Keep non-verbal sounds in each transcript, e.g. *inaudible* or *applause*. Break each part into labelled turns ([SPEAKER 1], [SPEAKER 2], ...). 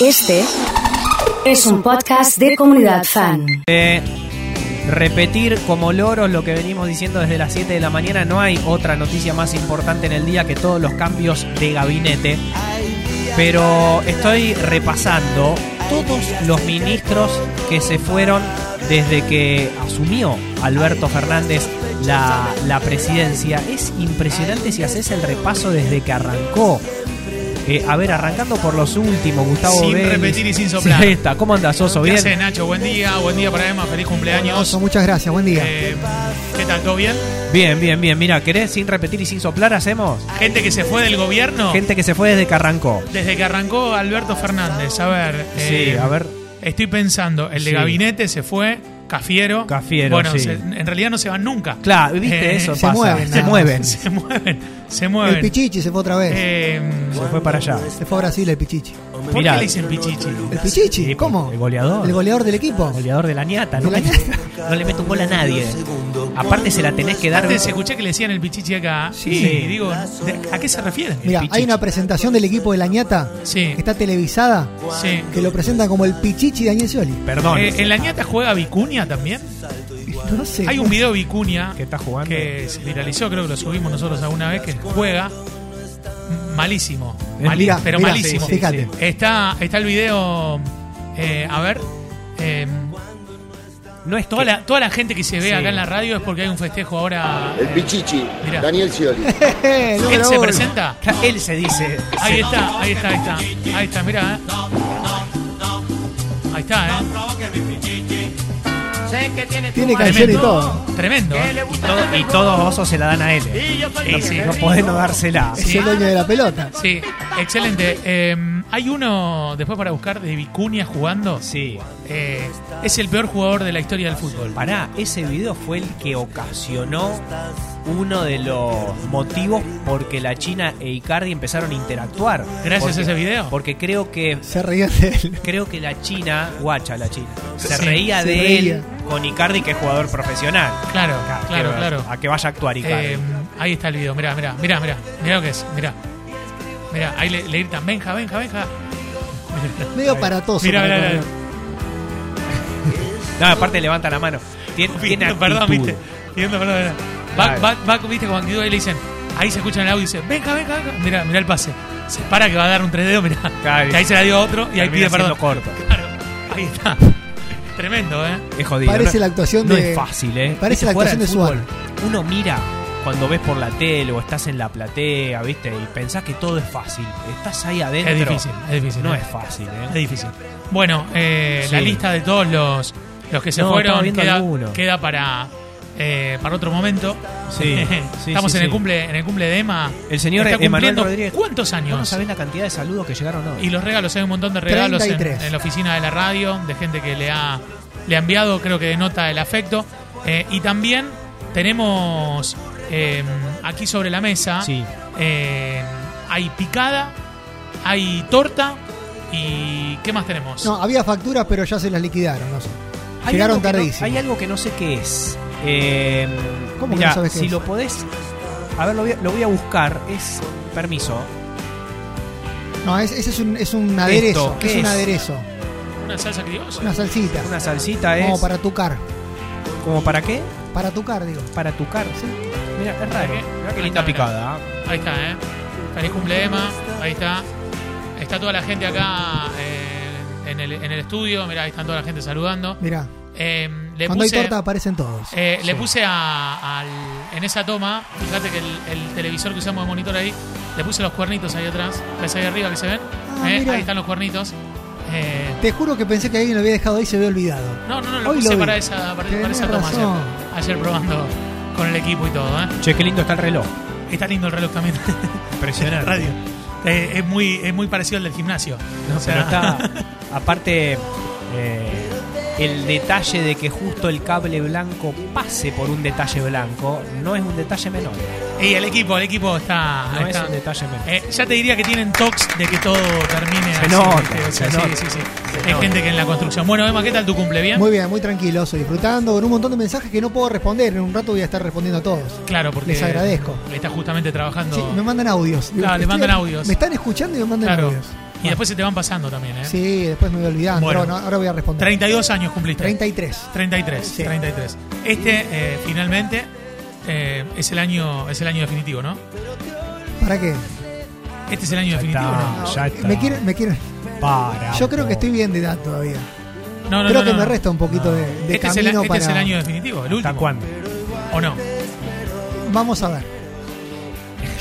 [SPEAKER 1] Este es un podcast de comunidad fan.
[SPEAKER 2] Eh, repetir como loros lo que venimos diciendo desde las 7 de la mañana. No hay otra noticia más importante en el día que todos los cambios de gabinete. Pero estoy repasando todos los ministros que se fueron desde que asumió Alberto Fernández la, la presidencia. Es impresionante si haces el repaso desde que arrancó. Eh, a ver, arrancando por los últimos, Gustavo
[SPEAKER 3] Sin
[SPEAKER 2] Vélez.
[SPEAKER 3] repetir y sin soplar.
[SPEAKER 2] Sí, ahí está. ¿Cómo andas, Oso?
[SPEAKER 3] ¿Qué
[SPEAKER 2] ¿Bien?
[SPEAKER 3] haces, Nacho? Buen día, buen día para Emma, feliz cumpleaños.
[SPEAKER 4] Oso, muchas gracias, buen día.
[SPEAKER 3] Eh, ¿Qué tal? ¿Todo bien?
[SPEAKER 2] Bien, bien, bien. Mira, ¿querés sin repetir y sin soplar hacemos?
[SPEAKER 3] Gente que se fue del gobierno
[SPEAKER 2] Gente que se fue desde que arrancó.
[SPEAKER 3] desde que arrancó Alberto Fernández. A ver,
[SPEAKER 2] Sí,
[SPEAKER 3] eh,
[SPEAKER 2] a ver.
[SPEAKER 3] Estoy pensando, el de
[SPEAKER 2] Sí.
[SPEAKER 3] gabinete se fue, Cafiero.
[SPEAKER 2] Cafiero,
[SPEAKER 3] Bueno,
[SPEAKER 2] sí.
[SPEAKER 3] se- en realidad no se van nunca.
[SPEAKER 2] Claro, viste
[SPEAKER 3] Eh,
[SPEAKER 2] eso,
[SPEAKER 4] se
[SPEAKER 2] pasa.
[SPEAKER 4] mueven,
[SPEAKER 2] se
[SPEAKER 4] nada
[SPEAKER 2] mueven. Se
[SPEAKER 3] *laughs* Se mueven, se
[SPEAKER 4] el
[SPEAKER 3] mueven.
[SPEAKER 4] Pichichi se fue otra vez.
[SPEAKER 3] Eh,
[SPEAKER 2] fue para allá.
[SPEAKER 4] se fue a Brasil el Pichichi.
[SPEAKER 3] ¿Por
[SPEAKER 2] Mirá.
[SPEAKER 3] qué le dicen Pichichi?
[SPEAKER 4] ¿El Pichichi?
[SPEAKER 2] Sí,
[SPEAKER 4] ¿Cómo?
[SPEAKER 2] el goleador.
[SPEAKER 4] El goleador del equipo.
[SPEAKER 2] Goleador de la ñata, no,
[SPEAKER 4] De la
[SPEAKER 2] le- no le mete un gol a nadie. Aparte se la tenés que dar.
[SPEAKER 3] Antes escuché que le decían el Pichichi acá.
[SPEAKER 2] Sí.
[SPEAKER 3] Y digo, ¿de- ¿a qué se refieren?
[SPEAKER 4] Mira, hay una presentación del equipo de la ñata
[SPEAKER 3] Sí,
[SPEAKER 4] que está televisada
[SPEAKER 3] sí.
[SPEAKER 4] que lo presentan como el Pichichi de Daniel Scioli. *laughs*
[SPEAKER 2] Perdón.
[SPEAKER 3] Eh, ¿En la ñata juega Vicuña también?
[SPEAKER 4] No sé.
[SPEAKER 3] Hay un video de Vicuña
[SPEAKER 2] que está jugando.
[SPEAKER 3] que se viralizó, creo que lo subimos nosotros alguna vez, que juega malísimo.
[SPEAKER 2] Eh,
[SPEAKER 3] Mali-
[SPEAKER 4] Mirá,
[SPEAKER 3] pero
[SPEAKER 4] mirá,
[SPEAKER 3] malísimo.
[SPEAKER 4] sí, fíjate.
[SPEAKER 3] Está, está el video, eh, a ver, eh,
[SPEAKER 2] No es
[SPEAKER 3] toda,
[SPEAKER 2] que-
[SPEAKER 3] la, toda la gente que se ve
[SPEAKER 2] Sí.
[SPEAKER 3] acá en la radio es porque hay un festejo ahora.
[SPEAKER 5] El Pichichi,
[SPEAKER 3] Mirá.
[SPEAKER 5] Daniel Scioli.
[SPEAKER 4] Eh, no,
[SPEAKER 3] ¿Él se
[SPEAKER 4] no,
[SPEAKER 3] presenta?
[SPEAKER 2] Él se dice.
[SPEAKER 3] Ahí está, ahí está, ahí está. Ahí está, mirá, eh. Ahí está, eh.
[SPEAKER 4] Tiene canción y todo.
[SPEAKER 3] Tremendo. Tremendo, eh.
[SPEAKER 2] Y, todo- y todos los osos se la dan a él. Y
[SPEAKER 3] sí.
[SPEAKER 2] no podés no dársela.
[SPEAKER 4] Es el dueño de la pelota.
[SPEAKER 3] Sí, excelente. Eh, hay uno después para buscar de Vicuña jugando.
[SPEAKER 2] Sí.
[SPEAKER 3] Eh, es el peor jugador de la historia del fútbol.
[SPEAKER 2] Pará, ese video fue el que ocasionó uno de los motivos porque la China e Icardi empezaron a interactuar.
[SPEAKER 3] Gracias
[SPEAKER 2] Porque-
[SPEAKER 3] a ese video.
[SPEAKER 2] Porque creo que
[SPEAKER 4] Se reían de
[SPEAKER 2] *laughs*
[SPEAKER 4] él.
[SPEAKER 2] creo que la China, guacha la China, se
[SPEAKER 3] Sí,
[SPEAKER 2] reía
[SPEAKER 4] se
[SPEAKER 2] de él
[SPEAKER 4] reía.
[SPEAKER 2] con Icardi que es jugador profesional.
[SPEAKER 3] Claro,
[SPEAKER 2] Acá,
[SPEAKER 3] claro,
[SPEAKER 2] que-
[SPEAKER 3] claro.
[SPEAKER 2] A que vaya a actuar Icardi.
[SPEAKER 3] Eh, ahí está el video. Mirá, mirá, mirá, mirá. Mirá lo que es. Mirá. Mirá, ahí le, le gritan, Benja, Benja, Benja.
[SPEAKER 4] Medio paratoso.
[SPEAKER 3] Mirá, mirá, mirá.
[SPEAKER 2] no, aparte levanta la mano.
[SPEAKER 3] *laughs*
[SPEAKER 2] Tiene, tiene
[SPEAKER 3] Pidiendo perdón,
[SPEAKER 2] actitud.
[SPEAKER 3] viste. Pidiendo perdón. mirá. Va,
[SPEAKER 2] Claro.
[SPEAKER 3] va, va, viste, con actitud ahí le dicen, ahí se escucha en el audio y dice, Benja, Benja, Benja. Mirá, mirá el pase. Se para que va a dar un tres dedos, mirá.
[SPEAKER 2] Claro.
[SPEAKER 3] Que ahí se la dio a otro y ahí
[SPEAKER 2] Termina
[SPEAKER 3] pide perdón.
[SPEAKER 2] siendo corto.
[SPEAKER 3] Claro, ahí está. Tremendo, ¿eh?
[SPEAKER 2] Es jodido.
[SPEAKER 4] Parece
[SPEAKER 2] no,
[SPEAKER 4] la actuación
[SPEAKER 2] no
[SPEAKER 4] de-
[SPEAKER 2] es fácil, ¿eh?
[SPEAKER 4] parece la
[SPEAKER 2] Fuera
[SPEAKER 4] actuación
[SPEAKER 2] del
[SPEAKER 4] de
[SPEAKER 2] fútbol, Uno mira cuando ves por la tele o estás en la platea, ¿viste? Y pensás que todo es fácil. Estás ahí adentro.
[SPEAKER 3] Es difícil, es difícil.
[SPEAKER 2] No
[SPEAKER 3] ¿eh?
[SPEAKER 2] es fácil, ¿eh?
[SPEAKER 3] Es difícil. Bueno, eh, la
[SPEAKER 2] Sí.
[SPEAKER 3] lista de todos los, los que se
[SPEAKER 2] No, estaba
[SPEAKER 3] fueron
[SPEAKER 2] viendo
[SPEAKER 3] queda,
[SPEAKER 2] alguno.
[SPEAKER 3] queda para, eh, para otro momento. *laughs*
[SPEAKER 2] Sí, sí,
[SPEAKER 3] Estamos
[SPEAKER 2] sí,
[SPEAKER 3] en, el
[SPEAKER 2] sí.
[SPEAKER 3] cumple, en el cumple de Emma.
[SPEAKER 2] El señor
[SPEAKER 3] Está
[SPEAKER 2] Emanuel
[SPEAKER 3] cumpliendo
[SPEAKER 2] Rodríguez.
[SPEAKER 3] ¿Cuántos
[SPEAKER 2] Vos No
[SPEAKER 3] años?
[SPEAKER 2] sabés la cantidad de saludos que llegaron hoy.
[SPEAKER 3] Y los regalos, hay un montón de regalos en,
[SPEAKER 4] 33.
[SPEAKER 3] en la oficina de la radio, de gente que le ha, le ha enviado, creo que denota el afecto. Eh, y también tenemos eh, aquí sobre la mesa,
[SPEAKER 2] Sí.
[SPEAKER 3] eh, hay picada, hay torta y ¿qué más tenemos?
[SPEAKER 4] No, había facturas, pero ya se las liquidaron. No sé.
[SPEAKER 2] Hay
[SPEAKER 4] Llegaron
[SPEAKER 2] algo que no-
[SPEAKER 4] tardísimo.
[SPEAKER 2] hay algo que no sé qué es. Eh,
[SPEAKER 4] ¿Cómo que
[SPEAKER 2] mirá,
[SPEAKER 4] no sabes qué
[SPEAKER 2] si
[SPEAKER 4] es?
[SPEAKER 2] lo podés. A ver, lo voy a, lo voy a buscar. Es. Permiso.
[SPEAKER 4] No, es- ese es un, es un aderezo.
[SPEAKER 2] ¿qué
[SPEAKER 4] es un
[SPEAKER 2] es?
[SPEAKER 4] aderezo.
[SPEAKER 3] Una salsa criolla.
[SPEAKER 4] Una salsita.
[SPEAKER 2] Una salsita es.
[SPEAKER 4] Como para tucar.
[SPEAKER 2] ¿Como para qué?
[SPEAKER 4] Para tucar, digo.
[SPEAKER 2] Para tu car. Mira, es raro.
[SPEAKER 3] ¿Para qué?
[SPEAKER 2] Mirá qué linda
[SPEAKER 3] Ahí está,
[SPEAKER 2] picada.
[SPEAKER 3] Ahí está, ¿eh? Feliz cumple Emma. Ahí está. Está toda la gente acá eh, en, el, en el estudio. Mirá, ahí están toda la gente saludando.
[SPEAKER 4] Mirá.
[SPEAKER 3] Eh, le
[SPEAKER 4] Cuando
[SPEAKER 3] puse,
[SPEAKER 4] hay torta aparecen todos.
[SPEAKER 3] eh, le puse a- al- en esa toma, fíjate que el, el televisor que usamos de monitor ahí, le puse los cuernitos ahí atrás. ¿Ves ahí arriba que se ven?
[SPEAKER 4] Ah,
[SPEAKER 3] Eh,
[SPEAKER 4] mirá.
[SPEAKER 3] ahí están los cuernitos. Eh,
[SPEAKER 4] Te juro que pensé que alguien lo había dejado ahí y se había olvidado.
[SPEAKER 3] no, no, no, lo
[SPEAKER 4] Hoy
[SPEAKER 3] puse
[SPEAKER 4] lo vi.
[SPEAKER 3] para esa, para, para
[SPEAKER 4] Tenés
[SPEAKER 3] esa toma ayer,
[SPEAKER 4] razón.
[SPEAKER 3] ayer probando con el equipo y todo. ¿eh?
[SPEAKER 2] Che, qué lindo está el
[SPEAKER 3] *laughs*
[SPEAKER 2] reloj.
[SPEAKER 3] Está lindo el reloj también. *laughs*
[SPEAKER 2] Impresionante.
[SPEAKER 3] radio. Eh, es, muy, es muy parecido al del gimnasio.
[SPEAKER 2] No,
[SPEAKER 3] O sea,
[SPEAKER 2] pero está.
[SPEAKER 3] *laughs*
[SPEAKER 2] Aparte. eh, el detalle de que justo el cable blanco pase por un detalle blanco no es un detalle menor.
[SPEAKER 3] y el equipo, el equipo está.
[SPEAKER 2] No es
[SPEAKER 3] está-
[SPEAKER 2] un detalle menor.
[SPEAKER 3] Eh, ya te diría que tienen tox de que todo termine.
[SPEAKER 2] Se
[SPEAKER 3] así,
[SPEAKER 2] nota,
[SPEAKER 3] ¿viste? O
[SPEAKER 2] se
[SPEAKER 3] sea, sí,
[SPEAKER 2] nota.
[SPEAKER 3] sí, sí.
[SPEAKER 2] Se
[SPEAKER 3] Hay
[SPEAKER 2] nota.
[SPEAKER 3] gente que en la construcción. Bueno, Emma, ¿qué tal tu cumple? ¿Bien?
[SPEAKER 4] Muy bien, muy tranquilo. Estoy disfrutando con un montón de mensajes que no puedo responder. En un rato voy a estar respondiendo a todos.
[SPEAKER 3] claro, porque.
[SPEAKER 4] Les agradezco.
[SPEAKER 3] Está justamente trabajando.
[SPEAKER 4] Sí, me mandan audios.
[SPEAKER 3] Claro, le
[SPEAKER 4] estoy-
[SPEAKER 3] mandan audios.
[SPEAKER 4] Me están escuchando y me mandan
[SPEAKER 3] Claro.
[SPEAKER 4] audios.
[SPEAKER 3] Y después se te van pasando también, ¿eh?
[SPEAKER 4] Sí, después me voy olvidando.
[SPEAKER 3] Bueno.
[SPEAKER 4] Ahora- ahora voy a responder.
[SPEAKER 3] 32 años cumpliste.
[SPEAKER 4] 33.
[SPEAKER 3] 33,
[SPEAKER 4] Sí.
[SPEAKER 3] 33. Este, eh, finalmente, eh, es, el año, es el año definitivo, ¿no?
[SPEAKER 4] ¿Para qué? Ah,
[SPEAKER 3] Este es el año definitivo,
[SPEAKER 5] está.
[SPEAKER 3] ¿no?
[SPEAKER 5] Ya está.
[SPEAKER 4] Me quieren, me quieren.
[SPEAKER 3] Eh,
[SPEAKER 5] Para.
[SPEAKER 4] Yo creo que
[SPEAKER 5] po.
[SPEAKER 4] estoy bien de edad todavía.
[SPEAKER 3] No, no,
[SPEAKER 4] creo
[SPEAKER 3] no,
[SPEAKER 4] que
[SPEAKER 3] no,
[SPEAKER 4] me
[SPEAKER 3] no.
[SPEAKER 4] resta un poquito de, de
[SPEAKER 3] Este, es el,
[SPEAKER 4] camino
[SPEAKER 3] este
[SPEAKER 4] para.
[SPEAKER 3] es el año definitivo, el
[SPEAKER 5] ¿Hasta
[SPEAKER 3] último.
[SPEAKER 5] cuándo?
[SPEAKER 3] ¿O no?
[SPEAKER 4] Vamos a ver.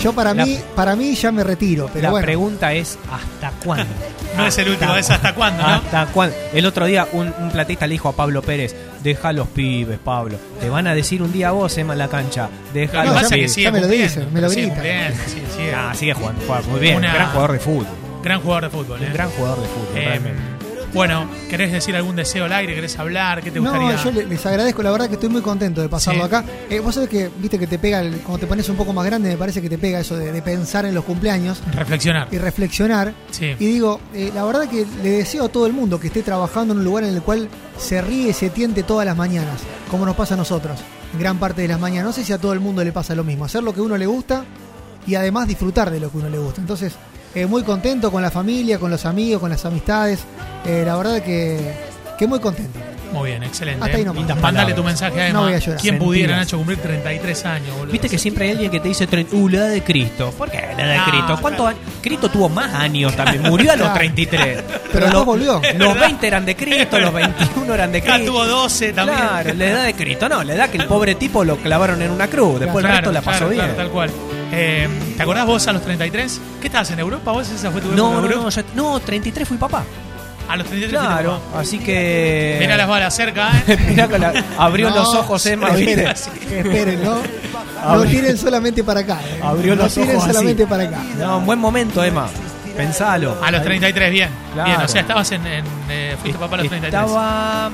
[SPEAKER 4] Yo para
[SPEAKER 2] La-
[SPEAKER 4] mí, para mí ya me retiro, pero
[SPEAKER 2] la
[SPEAKER 4] bueno.
[SPEAKER 2] pregunta es ¿hasta cuándo?
[SPEAKER 3] *laughs* No es el último, es hasta cuándo, ¿no?
[SPEAKER 2] ¿Hasta cuándo? El otro día un, un platista le dijo a Pablo Pérez, deja los pibes, Pablo. Te van a decir un día a vos, Emma, en la cancha. Deja
[SPEAKER 3] Lo que
[SPEAKER 4] No,
[SPEAKER 2] los
[SPEAKER 3] pasa
[SPEAKER 4] ya-
[SPEAKER 3] es que
[SPEAKER 2] pibes.
[SPEAKER 3] sigue
[SPEAKER 4] ya me lo
[SPEAKER 3] cumpliendo,
[SPEAKER 4] dicen, me lo
[SPEAKER 3] sigue
[SPEAKER 4] gritan.
[SPEAKER 3] cumpliendo, sí, sí,
[SPEAKER 2] Ah, sigue jugando, juega muy bien.
[SPEAKER 3] Una-
[SPEAKER 2] Gran jugador de fútbol.
[SPEAKER 3] Gran jugador de fútbol, ¿eh?
[SPEAKER 2] Gran jugador de fútbol,
[SPEAKER 3] Eh,
[SPEAKER 2] realmente.
[SPEAKER 3] bueno, ¿querés decir algún deseo al aire? ¿Querés hablar? ¿Qué te gustaría?
[SPEAKER 4] No, yo le- les agradezco, la verdad que estoy muy contento de pasarlo
[SPEAKER 3] Sí.
[SPEAKER 4] acá. Eh, vos sabés que, viste que te pega, el- cuando te pones un poco más grande, me parece que te pega eso de, de pensar en los cumpleaños
[SPEAKER 3] Reflexionar.
[SPEAKER 4] y reflexionar.
[SPEAKER 3] Sí.
[SPEAKER 4] Y digo, eh, la verdad que le deseo a todo el mundo que esté trabajando en un lugar en el cual se ríe y se tiente todas las mañanas, como nos pasa a nosotros, en gran parte de las mañanas. No sé si a todo el mundo le pasa lo mismo, hacer lo que uno le gusta y además disfrutar de lo que uno le gusta. Entonces, eh, muy contento con la familia, con los amigos, con las amistades. Eh, la verdad que, que muy contento.
[SPEAKER 3] Muy bien, excelente.
[SPEAKER 4] Hasta ahí
[SPEAKER 3] ¿eh?
[SPEAKER 4] nomás.
[SPEAKER 3] Lindas Mandale
[SPEAKER 2] palabras.
[SPEAKER 3] tu mensaje a Emma.
[SPEAKER 4] No voy a llorar.
[SPEAKER 3] ¿Quién pudiera,
[SPEAKER 2] Sentidas.
[SPEAKER 3] Nacho, cumplir 33 años, boludo?
[SPEAKER 2] Viste que siempre hay alguien que te dice, tre- uh, la edad de Cristo. ¿Por qué la edad de
[SPEAKER 3] Ah,
[SPEAKER 2] Cristo? ¿Cuántos años? Cristo tuvo más años también, murió a los
[SPEAKER 4] Claro.
[SPEAKER 2] 33.
[SPEAKER 4] Pero después
[SPEAKER 2] los,
[SPEAKER 4] volvió. Es
[SPEAKER 2] los 20 eran de Cristo, los 21 eran de
[SPEAKER 3] Acá
[SPEAKER 2] Cristo.
[SPEAKER 3] tuvo 12 también.
[SPEAKER 2] Claro, la edad de Cristo, no, la edad que el pobre tipo lo clavaron en una cruz, después el resto la pasó
[SPEAKER 3] claro,
[SPEAKER 2] bien.
[SPEAKER 3] claro, tal cual. Eh, ¿Te acordás vos a los 33? ¿Qué estabas en Europa? ¿Vos esa fue tu época
[SPEAKER 2] No,
[SPEAKER 3] en
[SPEAKER 2] no,
[SPEAKER 3] Europa?
[SPEAKER 2] no, yo- no, 33 fui papá.
[SPEAKER 3] A los 33 fuiste
[SPEAKER 2] Claro,
[SPEAKER 3] papá.
[SPEAKER 2] así que.
[SPEAKER 3] Mirá
[SPEAKER 2] *laughs*
[SPEAKER 3] las balas cerca, ¿eh?
[SPEAKER 2] Mirá que la- abrió
[SPEAKER 4] No,
[SPEAKER 2] los ojos Emma, ¿viste?
[SPEAKER 4] esperen,
[SPEAKER 2] *laughs*
[SPEAKER 4] esperen, ¿no? No
[SPEAKER 2] Abrió-
[SPEAKER 4] tiren solamente para acá. ¿eh?
[SPEAKER 2] Abrió
[SPEAKER 4] no
[SPEAKER 2] los
[SPEAKER 4] tiren
[SPEAKER 2] ojos así.
[SPEAKER 4] solamente para acá.
[SPEAKER 2] No, un buen momento, Emma. Pensalo.
[SPEAKER 3] A los 33, bien.
[SPEAKER 2] Claro.
[SPEAKER 3] Bien, o sea, estabas en. en, eh, fuiste papá a los 33.
[SPEAKER 2] Estaba.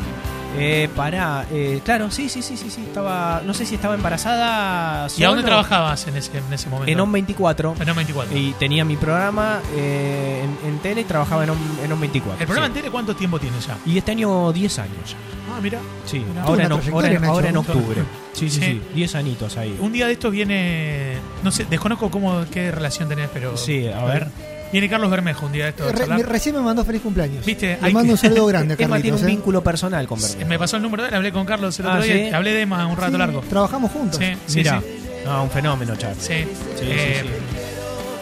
[SPEAKER 2] Eh, pará, eh, claro, sí, sí, sí, sí, sí, estaba. No sé si estaba embarazada.
[SPEAKER 3] ¿Y a dónde
[SPEAKER 2] solo.
[SPEAKER 3] trabajabas en ese, en ese momento?
[SPEAKER 2] En ON24.
[SPEAKER 3] En On24.
[SPEAKER 2] Y tenía mi programa eh, en, en tele y trabajaba en, On, en ON24.
[SPEAKER 3] ¿El programa
[SPEAKER 2] sí.
[SPEAKER 3] en tele cuánto tiempo tiene ya?
[SPEAKER 2] Y este año 10 años ya.
[SPEAKER 3] Ah, mira.
[SPEAKER 2] Sí,
[SPEAKER 3] Mirá.
[SPEAKER 2] ahora, en,
[SPEAKER 4] Tuvo una
[SPEAKER 2] oc- ahora en-
[SPEAKER 4] trayectoria,
[SPEAKER 2] ahora en
[SPEAKER 4] Nacho.
[SPEAKER 2] octubre. Sí, sí,
[SPEAKER 3] Sí.
[SPEAKER 2] sí, 10 anitos ahí.
[SPEAKER 3] Un día de estos viene. No sé, desconozco cómo, qué relación tenés, pero.
[SPEAKER 2] Sí, a ver.
[SPEAKER 3] Viene Carlos Bermejo un día de estos. a
[SPEAKER 4] Re-
[SPEAKER 3] charlar.
[SPEAKER 4] me- recién me mandó feliz cumpleaños.
[SPEAKER 3] Viste,
[SPEAKER 4] Le
[SPEAKER 3] hay
[SPEAKER 4] mando
[SPEAKER 3] que-
[SPEAKER 4] un saludo grande a
[SPEAKER 2] Emma tiene
[SPEAKER 4] Carlitos.
[SPEAKER 2] un
[SPEAKER 4] ¿eh?
[SPEAKER 2] vínculo personal con
[SPEAKER 3] Eh,
[SPEAKER 2] Bermejo.
[SPEAKER 3] Me pasó el número de él, hablé con Carlos el
[SPEAKER 2] Ah,
[SPEAKER 3] otro día.
[SPEAKER 2] ¿sí?
[SPEAKER 3] y Hablé de él más un rato
[SPEAKER 4] Sí,
[SPEAKER 3] largo.
[SPEAKER 4] Trabajamos juntos.
[SPEAKER 3] Sí, sí,
[SPEAKER 2] Mira,
[SPEAKER 3] sí.
[SPEAKER 2] no, Ah, un fenómeno, Charlie.
[SPEAKER 3] Sí.
[SPEAKER 2] sí,
[SPEAKER 3] Eh,
[SPEAKER 2] sí.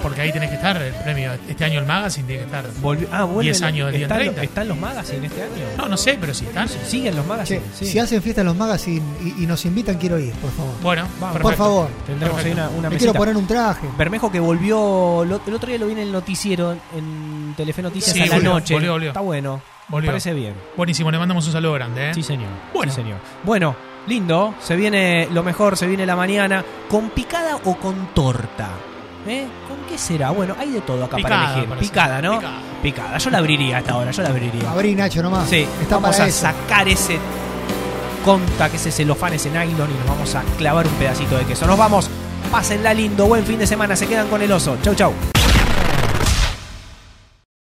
[SPEAKER 3] Porque ahí tenés que estar, el premio. Este año el Magazine tiene que estar.
[SPEAKER 2] Volvi- ah, vuelve
[SPEAKER 3] 10
[SPEAKER 2] la-
[SPEAKER 3] años del día
[SPEAKER 2] ¿Están,
[SPEAKER 3] 30.
[SPEAKER 2] están los magazines este año?
[SPEAKER 3] No, no sé, pero si están.
[SPEAKER 2] ¿Siguen los
[SPEAKER 4] Che,
[SPEAKER 2] magazines? Sí.
[SPEAKER 4] Si hacen fiesta en los magazines y, y nos invitan, quiero ir, por favor.
[SPEAKER 3] Bueno,
[SPEAKER 2] Vamos.
[SPEAKER 4] por
[SPEAKER 3] perfecto.
[SPEAKER 4] favor.
[SPEAKER 2] Tendremos ahí una, una
[SPEAKER 4] Me
[SPEAKER 2] mesita.
[SPEAKER 4] quiero poner un traje.
[SPEAKER 2] Bermejo que volvió, lo- el otro día lo vi en el noticiero, en Telefe Noticias
[SPEAKER 3] Sí,
[SPEAKER 2] a la
[SPEAKER 3] volvió,
[SPEAKER 2] noche.
[SPEAKER 3] volvió, volvió.
[SPEAKER 2] Está bueno,
[SPEAKER 3] Volvió.
[SPEAKER 2] parece bien.
[SPEAKER 3] Buenísimo, le mandamos un saludo grande, ¿eh?
[SPEAKER 2] Sí, señor.
[SPEAKER 3] Bueno.
[SPEAKER 2] Sí, señor. Bueno, lindo. Se viene lo mejor, se viene la mañana. ¿Con picada o con torta? ¿Eh? ¿Con qué será? Bueno, hay de todo acá
[SPEAKER 3] Picada,
[SPEAKER 2] para elegir.
[SPEAKER 3] parece.
[SPEAKER 2] Picada, ¿no?
[SPEAKER 3] Picada.
[SPEAKER 2] Picada. Yo la abriría hasta ahora, yo la abriría.
[SPEAKER 4] Abrí Nacho nomás.
[SPEAKER 2] Sí,
[SPEAKER 4] Está
[SPEAKER 2] vamos
[SPEAKER 4] para
[SPEAKER 2] a
[SPEAKER 4] eso.
[SPEAKER 2] sacar ese conta, que ese celofán, ese nylon y nos vamos a clavar un pedacito de queso. Nos vamos, pásenla lindo, buen fin de semana, se quedan con el oso. Chau, chau.